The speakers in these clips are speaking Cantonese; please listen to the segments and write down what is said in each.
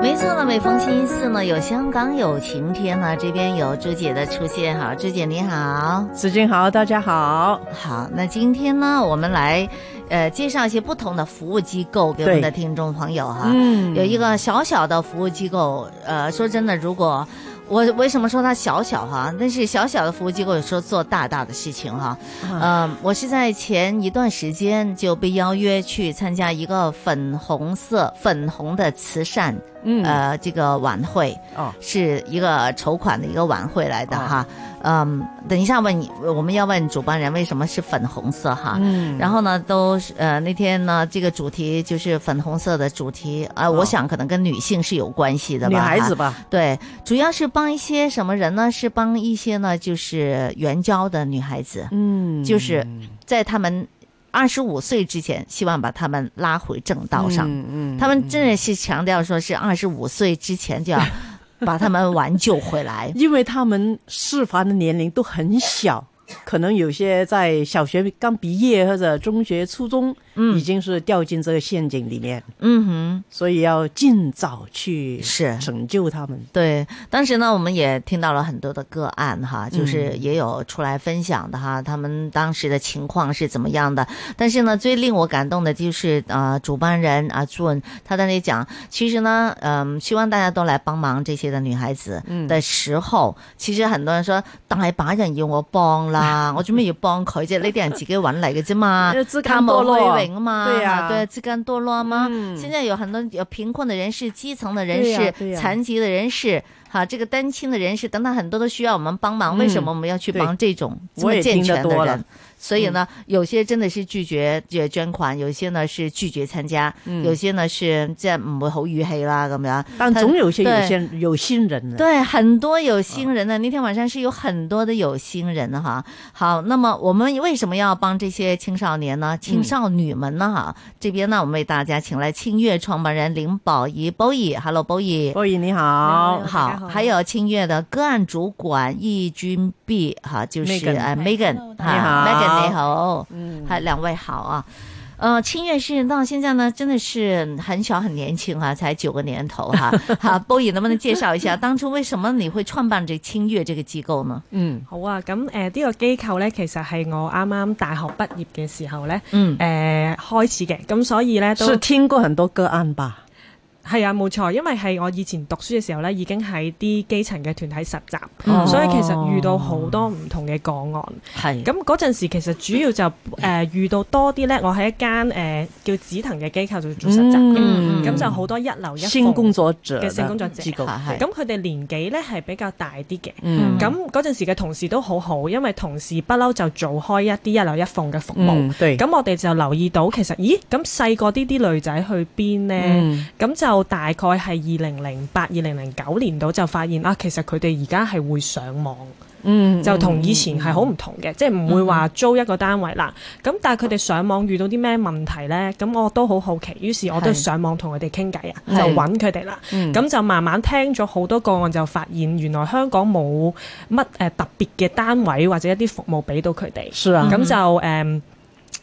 没错了，每逢星期四呢，有香港有晴天呢，这边有朱姐的出现哈，朱姐你好，子君好，大家好。好，那今天呢，我们来呃介绍一些不同的服务机构给我们的听众朋友哈，嗯有一个小小的服务机构，呃，说真的，如果我为什么说它小小哈？但是小小的服务机构有时候做大大的事情哈。呃，我是在前一段时间就被邀约去参加一个粉红色粉红的慈善嗯呃这个晚会，哦，是一个筹款的一个晚会来的哈。嗯，等一下问你，我们要问主办人为什么是粉红色哈。嗯然后呢，都是呃那天呢，这个主题就是粉红色的主题啊、我想可能跟女性是有关系的吧，哦啊女孩子哈吧，对，主要是帮一些什么人呢？是帮一些呢，就是援交的女孩子，嗯就是在她们二十五岁之前，希望把她们拉回正道上。嗯他们真的是强调说是二十五岁之前就要把他们挽救回 来。因为他们事发的年龄都很小，可能有些在小学刚毕业或者中学、初中，已经是掉进这个陷阱里面，嗯哼，所以要尽早去是拯救他们。，对，当时呢，我们也听到了很多的个案哈，就是也有出来分享的哈，他们当时的情况是怎么样的。但是呢，最令我感动的就是呃，主办人阿 Jun 他在那里讲，其实呢，嗯、希望大家都来帮忙这些的女孩子的时候，其实很多人说大把人要我幫啦，我做咩要幫佢啫？呢啲人自己揾嚟嘅啫嘛自啊他甘冇墮落虛榮啊嘛，對啊對，自甘墮落啊嘛。嗯现在有很多有贫困的人士、基层的人对呀士、对呀残。残疾的人士，哈，这个单亲的人士等等，很多都需要我们帮忙。为什么我们要去帮这种这嗯我么也健全听得的多人了？嗯所以呢，有些真的是拒绝呃捐款，有些呢是拒绝参加，有些呢是即系唔会好语气啦咁样。嗯但他总有些有对些有心人呢。对，很多有心人呢，那天晚上是有很多的有心人的哈。好，那么我们为什么要帮这些青少年呢？青少女们呢？哈，这边呢，我们为大家请来清月创办人林宝仪 b o y h e l l o b o y 波姨你好好，好，还有清月的个案主管易君碧哈，就是 Megan 呃 Megan 家好，Megan 你好，嗯，还有两位好啊。呃，清月是到现在呢，真的是很小很年轻啊，才九个年头啊哈、 好，波野能不能介绍一下，当初为什么你会创办这清月这个机构呢？嗯好啊，咁誒呢個機構呢，其實係我啱啱大學畢業嘅時候呢，嗯誒、開始嘅，咁所以呢，都是听过很多个案吧？係啊冇錯，因為係我以前讀書嘅時候呢，已經喺啲基層嘅團體實習，哦所以其實遇到好多唔同嘅個案。係咁嗰陣時其實主要就誒、 遇到多啲呢，我喺一間誒、叫紫藤嘅機構度做實習嘅，咁、嗯就好多一樓一性工鳳作者嘅性工作者机构係係咁佢哋年紀呢，係比較大啲嘅。嗯咁嗰陣時嘅同事都好好，因為同事不嬲就做開一啲一樓一鳳嘅服務。嗯對咁我哋就留意到其實，咦？咁細個啲啲女仔去邊呢？嗯咁、就大概係二零零八、二零零九年度就發現啊，其實佢哋而家係會上網，嗯就同以前係好唔同嘅，即係唔會話租一個單位啦。咁但係佢哋上網遇到啲咩問題呢？咁我都好好奇，於是我都係上網同佢哋傾偈啊，係就揾佢哋啦。咁、就慢慢聽咗好多個案，就發現原來香港冇乜誒特別嘅單位或者一啲服務俾到佢哋。是啊，咁就誒。嗯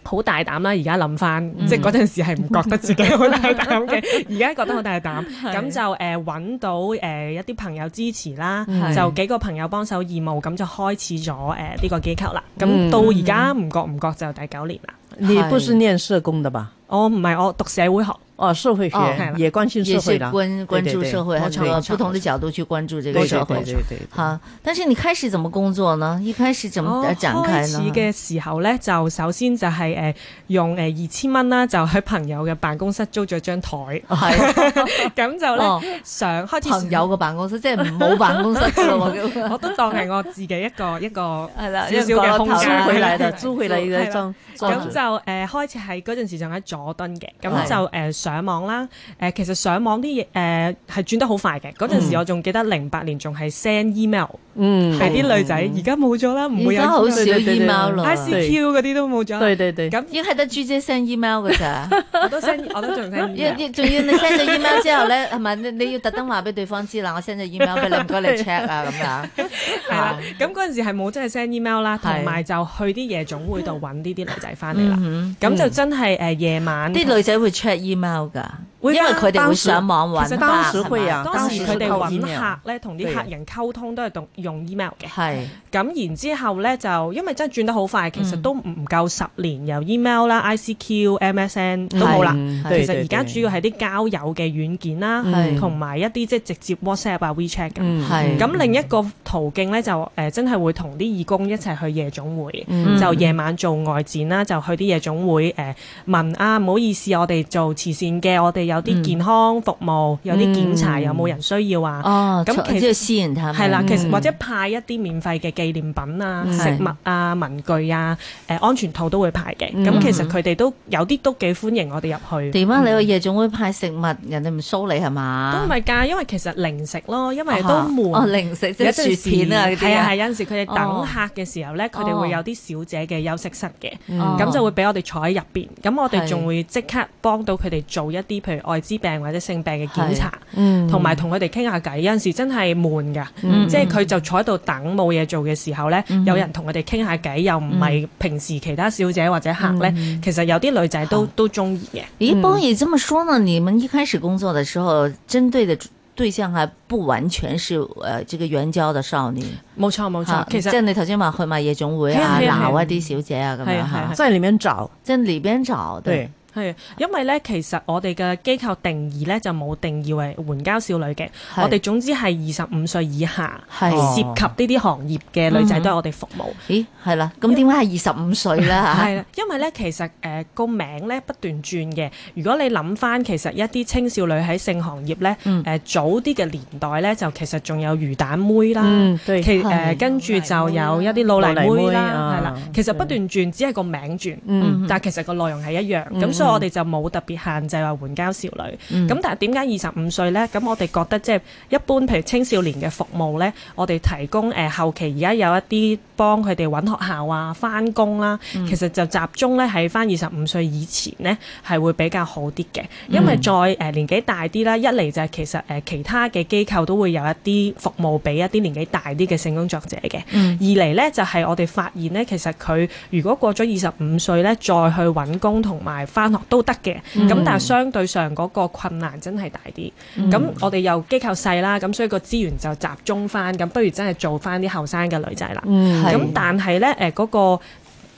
好大膽啦！而家諗翻，嗯即係嗰陣時係唔覺得自己好大膽嘅， 而家覺得好大膽。咁就誒揾、到誒、呃一啲朋友支持啦，係就幾個朋友幫手義務，咁就開始咗誒呢個機構啦。咁、嗯到而家唔覺唔覺就第九年啦。你不是念社工的吧？我唔係我讀社會學，哦，社会学、哦係啦也关心也社是会的，啊关关注对对对社会冇很錯多冇錯不同的角度去关注这对个对社会对。对对，好，但是你开始怎么工作呢？一开始怎么我哦呃展开開始呢？ 嘅時候咧，就首先就係、呃用誒二千蚊啦，就喺朋友嘅辦公室租咗張 台，係咁就咧、哦上開始朋友嘅辦公室，即係冇辦公室㗎 咯喎。咁 我都當係我自己一個 一個係啦少少嘅空一個頭啦間租回 來的，係租回来的係啦装咁装就誒、呃、開始喺嗰陣時仲喺佐敦嘅，咁係就誒、呃上網啦。誒、呃其實上網啲嘢誒係轉得好快嘅。嗯嗰陣時我仲記得零八年仲係 send email 嗯，俾啲女仔，而家冇咗啦，唔而會有家好少對對對 email 啦，對 ICQ 嗰啲都冇咗啦。對對對，啊咁已經係得 G 姐 send email 噶咋。我都 send，我 都仲 send 要 email。要仲要你 send 咗 email 之後咧，係咪你你要特登話俾對方知啦？我 send 咗 email 俾你，唔該你 check 啊咁樣。係啊啦，咁嗰陣時係冇真係 send email 啦，同埋就去啲夜總會度揾呢啲女仔翻嗯嚟啦。咁就真係誒夜晚啲女仔會 check email 㗎，因會㗎為佢哋會當時上網啊其揾實吧當時會啊係嘛當時佢當哋時揾 email 客咧，同啲客人溝通都係用用 email 嘅。係咁然之後咧，就因為真係轉得好快，其實都唔夠十年，由 email 啦、ICQ、MSN 都冇啦。嗯其其對實對而家對主要係啲交友嘅軟件啦係，同埋一啲即係直接 WhatsApp 啊、WeChat 咁。嗯係咁另一個途徑咧就誒、呃真係會同啲義工一齊去夜總會，嗯就夜晚做外展啦，就去啲夜總會誒、呃、問啊，唔好意思，我哋做慈善嘅，我哋有啲健康服務，有啲檢查，嗯有冇人需要啊？哦，咁咁其實即係私人探係啦，其實嗯或者派一啲免費嘅紀念品啊、嗯食物啊、文具啊、誒安全套都會派嘅。嗯咁其實佢哋都有啲都幾歡迎我哋入去。點啊？你個夜總會派食物，人哋唔騷你係都嘛唔？係㗎，因為其實零食咯，因為啊都哈哦，悶。零食即有係陣薯片啊嗰時係啲啊係啊，有陣時佢哋等哦客嘅時候咧，佢哋會有啲小姐嘅休息室嘅。哦咁就會俾我哋坐喺入邊，咁我哋係仲會即刻幫到佢哋做一啲譬如艾滋病或者性病嘅檢查，嗯同埋同佢哋傾下偈。有陣時真係悶㗎，嗯即係佢就坐喺度等冇嘢做嘅時候呢，有人同佢哋傾下偈，又唔嗯係平時其他小姐或者客呢。其實有啲女仔都都中意嘅。咦，波也這麼說呢？你們一開始工作的時候，針對的對象還不完全是呃這個援交的少女，冇錯冇錯嚇，其即係實你頭先話去埋夜總會係啊 啊，係啊鬧係啊一啲小姐啊咁係樣啊係啊嚇，在裡面找，即係裏邊找對對，，係啊因為呢，其實我哋嘅機構定義呢，就冇定義為援交少女嘅，係我哋總之係二十五歲以下係涉及呢啲行業嘅女仔都係我哋服務。咦係啦，咁點解係二十五歲啦 嚇？係啦，因為咧其實誒個、名咧不斷轉嘅。如果你諗翻，其實一啲青少女喺性行業咧誒、嗯呃早啲嘅年代咧，就其實仲有魚蛋妹啦。嗯對，其誒、係呃跟住就有一啲老老泥泥妹妹啦，啊係啦，其實不斷轉，只係個名轉，嗯但係其實個內容係一樣，咁、所以我哋就冇特別限制話援交少女。咁、但係點解二十五歲呢？咁我哋覺得即係一般，譬如青少年嘅服務呢，我哋提供誒、呃、後期而家有一啲幫佢哋揾學校啊、翻工啦，其實就集中呢喺翻二十五歲以前呢，係會比較好啲嘅，因為再誒、呃年紀大啲啦，一嚟就係其實誒、呃其他嘅機構都會有一啲服務俾一啲年紀大啲嘅性工作者嘅。二嚟咧就係、我哋發現咧，其實佢如果過咗二十五歲咧，再去揾工同埋返學都得嘅。咁、但係相對上嗰個困難真係大啲。咁、我哋又機構細啦，咁所以個資源就集中返，咁不如真係做返啲後生嘅女仔啦。嗯係咁但係咧誒嗰個。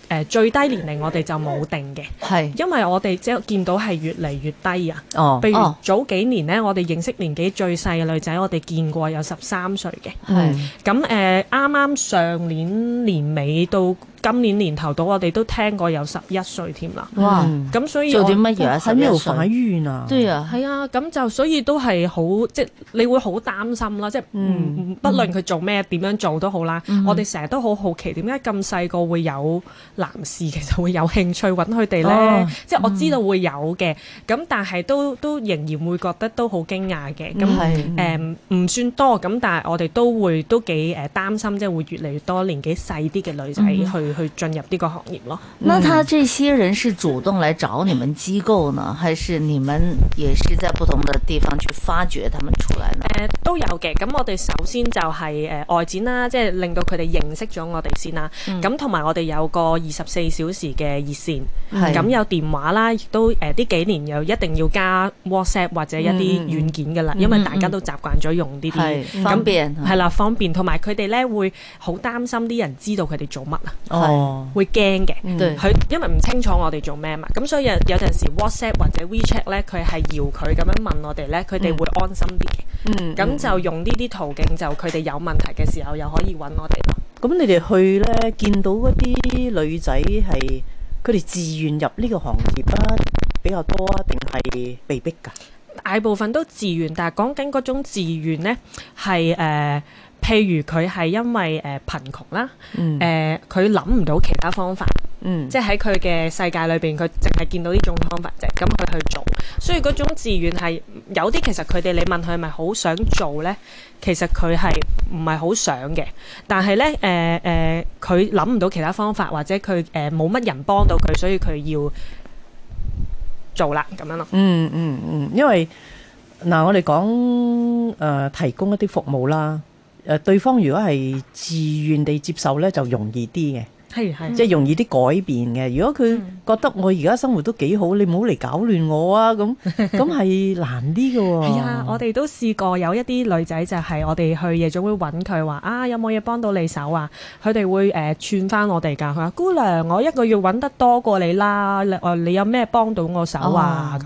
誒最低年齡我哋就冇定嘅，係因為我哋即係見到係越嚟越低啊。哦譬如哦早幾年咧，我哋認識年紀最細嘅女仔，我哋見過有十三歲嘅。係咁誒啱啱上年年尾到今年年頭到，我哋都聽過有十一歲添啦。哇，咁所以做我啲？乜嘢啊？還十沒有一發歲，育呢，對啊，係啊，咁就所以都係好，即係你會好擔心啦，即係唔不論佢做咩點樣做都好啦。我哋成日都好好奇，點解咁細個會有男士其實會有興趣揾佢哋咧哦？即係我知道會有嘅，咁但係都都仍然會覺得都好驚訝嘅。咁嗯係誒唔算多咁，但係我哋都會都幾誒擔心，即係會越嚟越多年紀細啲嘅女仔去、去進入呢個行業咯。那他這些人是主動來找你們機構呢，還是你們也是在不同的地方去发掘他們出來呢？誒、呃都有嘅，咁我哋首先就係、誒、外展啦，即係令到佢哋認識咗我哋先啦。嗯咁同埋我哋有個二十四小時嘅熱線，係咁有電話啦，亦都誒呃呢、幾年又一定要加 WhatsApp 或者一嗯啲軟件噶啦，因為大家都習慣咗用呢啲係，方便啊係啦方便，同埋佢哋咧會好擔心啲人知道佢哋做乜啊。哦，會驚嘅，對佢因為唔清楚我哋做咩嘛，咁所以有有陣時 WhatsApp 或者 WeChat 咧，佢係搖佢咁樣問我哋咧，佢哋會安心啲嘅。嗯咁、就用呢啲途徑，就佢哋有問題嘅時候又可以揾我哋咯。咁你哋去咧見到嗰啲女仔係佢哋自願入呢個行業啊比較多啊，定係被逼㗎？大部分都自願，但係講緊嗰種自願呢，係誒、呃嗯呃譬如佢係因為誒、呃、貧窮啦，誒佢諗唔到其他方法，嗯即係喺佢嘅世界裏邊，佢淨係見到呢種方法啫，咁佢去做。所以嗰種自願係有啲，其實佢哋你問佢係咪好想做呢？其實佢係唔係好想嘅，但係呢，誒、誒，佢諗唔到其他方法，或者佢誒冇乜人幫到佢，所以佢要做啦咁樣咯。嗯嗯嗯，因為嗱、我哋講誒提供一啲服務啦，誒、對方如果係自願地接受咧，就容易啲嘅。係係即係容易啲改變嘅。如果佢覺得我而家生活都幾好，你唔好嚟搞亂我啊！ 咁咁係難啲嘅哦喎。係啊，我哋都試過有一啲女仔就係我哋去夜總會揾佢話啊，有冇嘢幫到你手啊？佢哋會誒、呃串翻我哋㗎。佢話姑娘，我一個月揾得多過你啦，你呃你有咩幫到我手啊？哦咁、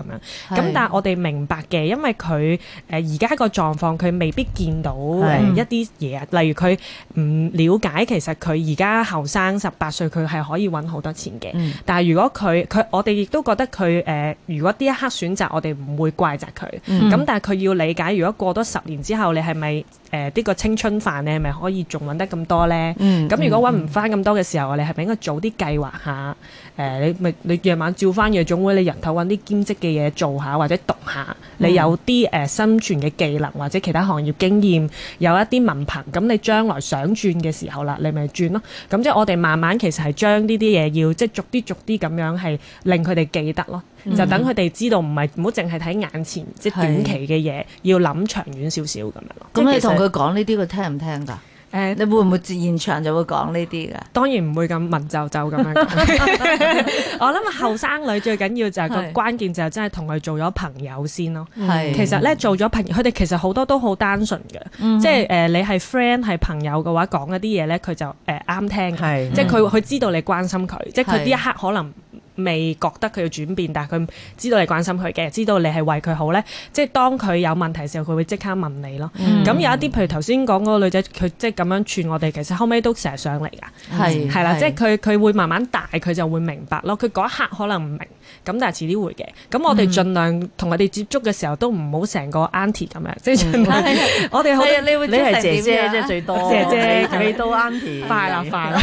樣。咁係但係我哋明白嘅，因為佢呃誒而家個狀況，佢未必見到誒、呃係一啲嘢，例如佢唔了解其實佢而家後生十八歲，佢係可以揾好多錢嘅。嗯但係如果佢佢我哋亦都覺得佢誒、呃如果呢一刻選擇，我哋唔會怪責佢。嗯咁、但係佢要理解，如果過多十年之後，你係咪誒呢個青春飯，你係咪可以仲揾得咁多呢？嗯咁、如果揾唔翻咁多嘅時候，你係咪應該早啲計劃下？誒、你咪你夜晚照翻夜總會，你人頭揾啲兼職嘅嘢做下，或者讀下，你有啲誒、呃生存嘅技能或者其他行業經驗，有一啲文憑，咁你將來想轉嘅時候啦，你咪轉咯。咁即係我哋慢慢其實係將呢啲嘢要即係逐啲逐啲咁樣係令佢哋記得咯，就等佢哋知道唔係唔好淨係睇眼前即係短期嘅嘢，要諗長遠少少咁樣咯。咁你同誒佢講呢啲，佢聽唔聽㗎？、呃你會唔會現場就會講呢啲㗎？當然唔會咁文就就咁樣講。我諗後生女最緊要就係係個關鍵就係真係同佢做咗朋友先咯。係嗯其實咧做咗朋友，佢哋其實好多都好單純嘅，即係誒、呃你係 friend 係朋友嘅話，講一啲嘢咧佢就誒啱聽嘅，係即係佢佢知道你關心佢，即係佢嗯係呢一刻可能。未覺得佢要轉變，但係佢知道你關心佢嘅，知道你係為佢好咧。即係當佢有問題嘅時候，佢會即刻問你咯。嗯咁、有一啲譬如頭先講嗰個女仔，佢即係咁樣串我哋，其實後尾都成日上嚟㗎。係係啦，即係佢佢會慢慢大，佢就會明白咯。佢嗰一刻可能唔明，咁但係遲啲會嘅。咁我嗯哋盡量同佢哋接觸嘅時候，都唔好成個 auntie 咁樣，即係盡量我哋好嗯係啊你會你係姐即姐啫，最啊多姐姐你你都 auntie 快啦快啦，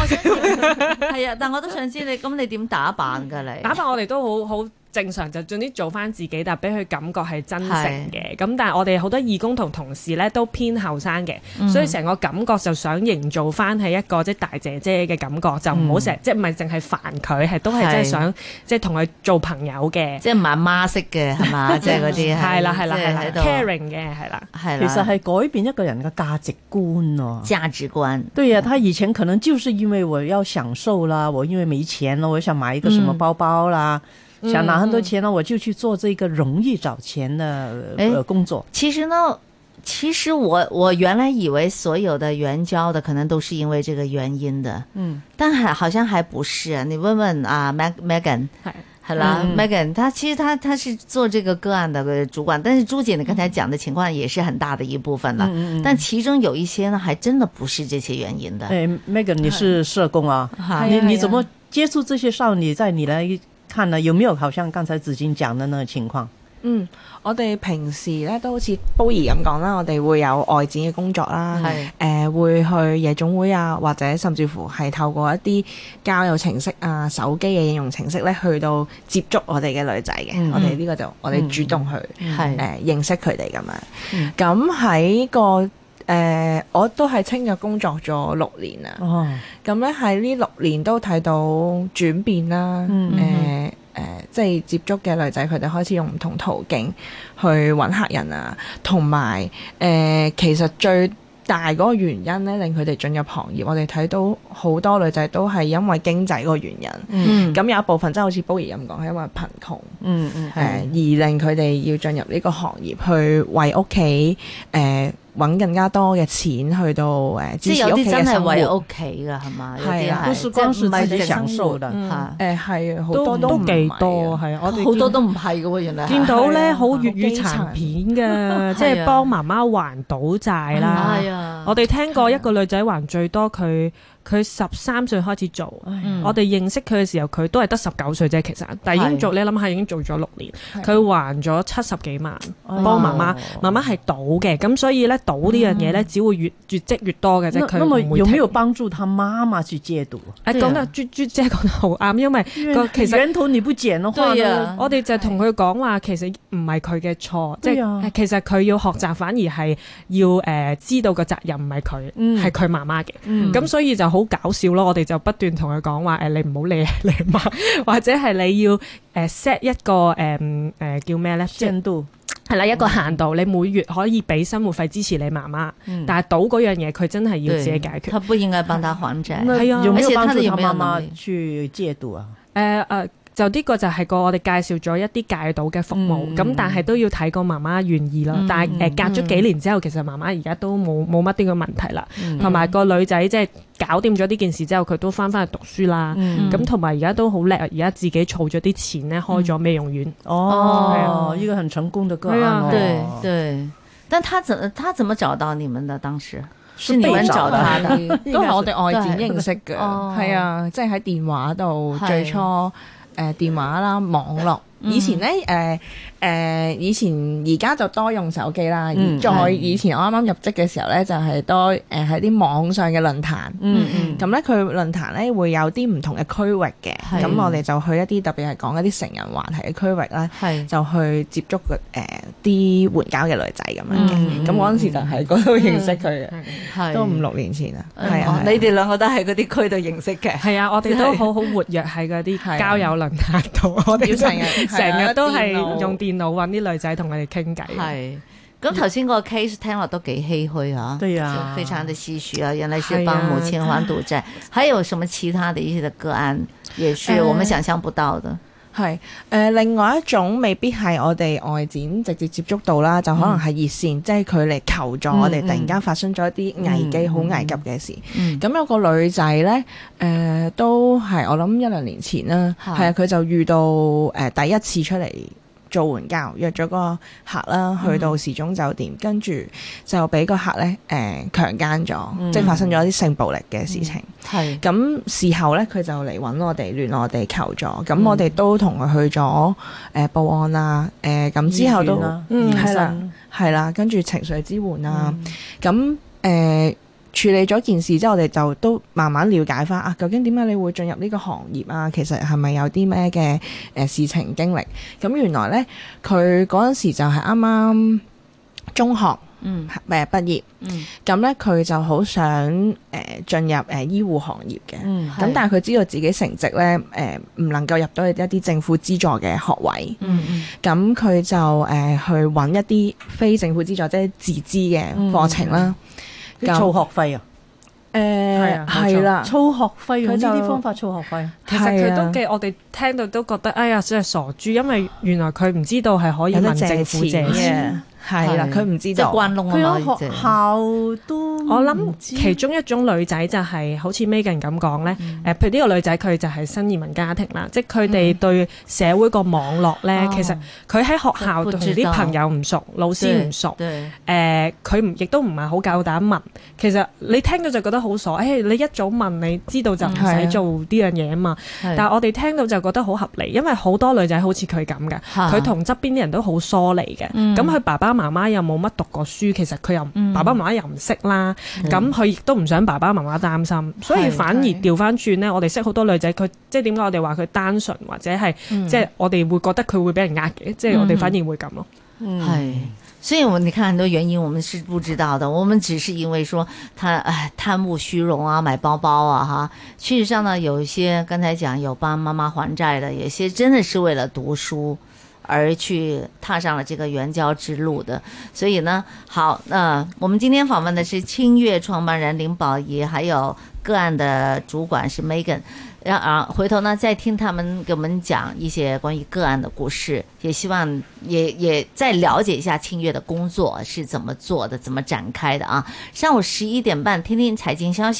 係啊，但我都想知你咁你點打扮㗎你？打扮我哋都好 好。正常就總之做翻自己，但係俾佢感覺係真誠嘅。咁但係我哋好多義工同同事咧都偏後生嘅，嗯所以成個感覺就想營造翻係一個即係大姐姐嘅感覺，就唔好成日即係唔係淨係煩佢，係都係真係嗯係想即係同佢做朋友嘅。即係唔係媽式嘅係嘛？ 即係嗰啲係嗯啦係啦即係係啦喺度，caring 嘅係啦，係其啦，實係改變一個人嘅價值觀啊。價值觀。對呀、他以前可能就是因為我要享受啦，我因為沒錢了，我想买一个什么包包啦，想拿很多钱了，我就去做这个容易找钱的哎呃工作。其實呢，其實我我原來以為所有的援交的可能都是因為這個原因的，嗯，但係好像還不是。你問問啊，Meg Megan。係好啦、嗯 m e g a n 她其實她她是做這個個案的呃主管，但是朱姐呢剛嗯才講的情況也是很大的一部啊分了，但其中有一些呢，還真的不是這些原因的。哎，Megan，你是社工啊？哈你哎呀你怎么接触这些少女？在你来看呢，有没有好像刚才子金讲的那个情况？嗯，我哋平時咧都好似煲兒咁講啦，我哋會有外展嘅工作啦，係誒、會去夜總會啊，或者甚至乎係透過一啲交友程式啊、手機嘅應用程式咧，去到接觸我哋嘅女仔嘅，嗯我哋呢個就我哋主動去誒、係認識佢哋咁樣。咁喺、個誒、我都係清約工作咗六年啦。哦，咁咧喺呢六年都睇到轉變啦，誒誒、嗯呃即係接觸嘅女仔，佢哋開始用唔同途徑去揾客人啊，同埋誒其實最大嗰個原因咧，令佢哋進入行業，我哋睇到好多女仔都係因為經濟嗰個原因，嗯咁、有一部分真係好似 Bowie 咁講，係因為貧窮。嗯嗯，誒、而令佢哋要進入呢個行業，去為屋企誒揾更加多嘅錢，去到誒、支即持係有屋企啲真嘅係生活。為屋企㗎係嘛？有係啲啊係不是光即係是唔係自己淨享生受的，嗯活嚇誒呃係好都多都唔幾係啊多係我哋好多都唔係㗎喎，原來嗯見到咧係啊好粵語好殘 基片嘅，即係啊係幫媽媽還賭債啦。係啊，我哋聽過一個女仔還最多佢。佢十三歲開始做，嗯我哋認識佢嘅時候，佢都係得十九歲啫，其實，但係已經做，你諗下已經做咗六年，佢還咗七十幾萬哦幫媽媽，媽媽係賭嘅，咁所以咧賭呢樣嘢咧，只會越越積越多嘅啫，那佢那唔么會停有没有幫助他媽媽去戒毒？誒講得豬豬姐講得好啱，因為個其實源頭你不剪的話對呢，呀，我哋就同佢講話，其實唔係佢嘅錯，即對啊係其實佢要學習，反而係要誒、呃知道個責任唔係佢，嗯係佢媽媽嘅。嗯咁、所以就好搞笑咯，我哋就不斷同佢講話誒，你唔好理 你 媽，或者係你要誒呃 set、一個誒誒、嗯呃叫咩咧？即係限度，係啦，一個限度，你每月可以俾生活費支持你媽媽，嗯但係賭嗰樣嘢佢真係要自己解決。他不應該幫他還債。那係啊有沒而有且他幫的助有他沒有媽能力媽去戒毒啊？誒誒、呃就呢個就係個我哋介紹咗一啲戒賭嘅服務，咁、但係都要睇個媽媽願意咯。嗯但係誒、呃隔咗幾年之後，其實媽媽而家都冇冇乜呢個問題啦，同埋、個女仔即係搞掂咗呢件事之後，佢都翻返去讀書啦。嗯咁同埋而家都好叻，啊而家自己儲咗啲錢咧，開咗美容院。哦，一個很成功的個案哦。對對，但他怎他怎麼找到你們的？當時是被你們找他的？ 應該是都係我哋外展都係認識嘅，哦係啊，即係喺電話度係嗯最初誒、呃、電話啦、網絡。以前咧誒誒，以前而家就多用手機啦。嗯再係以前我啱啱入職嘅時候咧，就係、多誒喺啲網上嘅論壇。嗯咁咧，佢論壇咧會有啲唔同嘅區域嘅，係咁我哋就去一啲特別係講一啲成人話題嘅區域咧，係就去接觸個誒啲援交嘅女仔咁樣嗯嘅。咁嗰陣時就喺嗰度認識佢嘅。係都五六年前啦，係哦啊，你哋兩個都喺嗰啲區度認識嘅。係啊，我 哋都好好活躍喺嗰係啲啊交友論壇度，我哋要都 成日成日都係係啊用電腦揾啲女仔同佢哋傾偈。係。咁頭先個 case 聽落都幾唏噓啊，對呀非常的唏噓啊！原來是幫母親還賭債，還有什麼其他的一些的個案，也是我們想象不到的。係誒、呃另外一種未必係我哋外展直接接觸到啦，就可嗯能係熱線，即係佢嚟求助我哋，突然間發生咗一啲危機、好、危急嘅事。嗯，咁有個女仔咧，誒、都係我諗一兩年前啦，嚇係啊，佢就遇到誒、呃第一次出嚟做援交，約咗個客啦，去到時鐘酒店，跟住就俾個客咧誒、呃、強姦咗，即係發生咗一啲性暴力嘅事情。嗯係咁事後咧，佢就嚟揾我哋聯絡我哋求助，咁我哋都同佢去咗誒、呃、報案啦，誒、咁之後醫都院啊嗯係啦醫生係啦，跟住情緒支援啊嗯啦，咁誒、呃、處理咗件事之後，我哋就都慢慢了解翻啊，究竟點解你會進入呢個行業啊？其實係咪有啲咩嘅誒事情經歷？咁原來咧，佢嗰陣時就係啱啱中學嗯誒畢業，嗯，咁咧佢就好想誒、呃、進入誒、呃、醫護行業嘅。嗯咁但係佢知道自己成績咧，誒、唔能夠入到一啲政府資助嘅學位，嗯嗯咁佢就誒、呃去揾一啲非政府資助，即係自資嘅課程啦。啲咁儲學費啊，啊冇錯誒呃係啦，儲學費用呢佢就啲方法儲學費，其實係佢啊都嘅，我哋聽到都覺得，哎呀，真係傻豬，因為原來佢唔知道係可以有得問借嗯政府借錢錢。嘅，係啦，嗯佢唔知即係道。關窿佢啊喺嘛，學校都我諗唔知其中一種女仔就係、好似 Megan 咁講咧，誒、嗯譬如呢個女仔佢就係新移民家庭啦，即係佢哋對社會個網絡咧，哦其實佢喺學校不同不知道啲朋友唔熟，老師唔熟，對，誒佢唔亦都唔係好夠膽問。其實你聽到就覺得好傻，誒、哎你一早問你知道就唔係使啊做呢樣嘢啊嘛。但但係我哋聽到就覺得好合理，因為好多女仔好似佢咁嘅，嚇佢同側邊啲人都好疏離嘅。嗯咁佢、爸爸媽媽又冇乜讀過書，其實佢又、爸爸媽媽又唔識啦。咁佢亦都唔想爸爸媽媽擔心，所以嗯係反而調翻轉呢，我哋識好多女仔，佢即係點解我哋話佢單純或者係、嗯即係我哋會覺得佢會俾人呃嘅，即係我哋反而會咁咯。嗯哎，所以我们你看很多原因我们是不知道的，我们只是因为说他哎贪慕虚荣啊，买包包啊哈。事实上呢，有一些刚才讲有帮妈妈还债的，有些真的是为了读书。而去踏上了这个援交之路的，所以呢，好，那、我们今天访问的是清月创办人林宝仪，还有个案的主管是 Megan。然啊，回头呢再听他们给我们讲一些关于个案的故事，也希望也也再了解一下清月的工作是怎么做的，怎么展开的啊。上午十一点半，听听财经消息。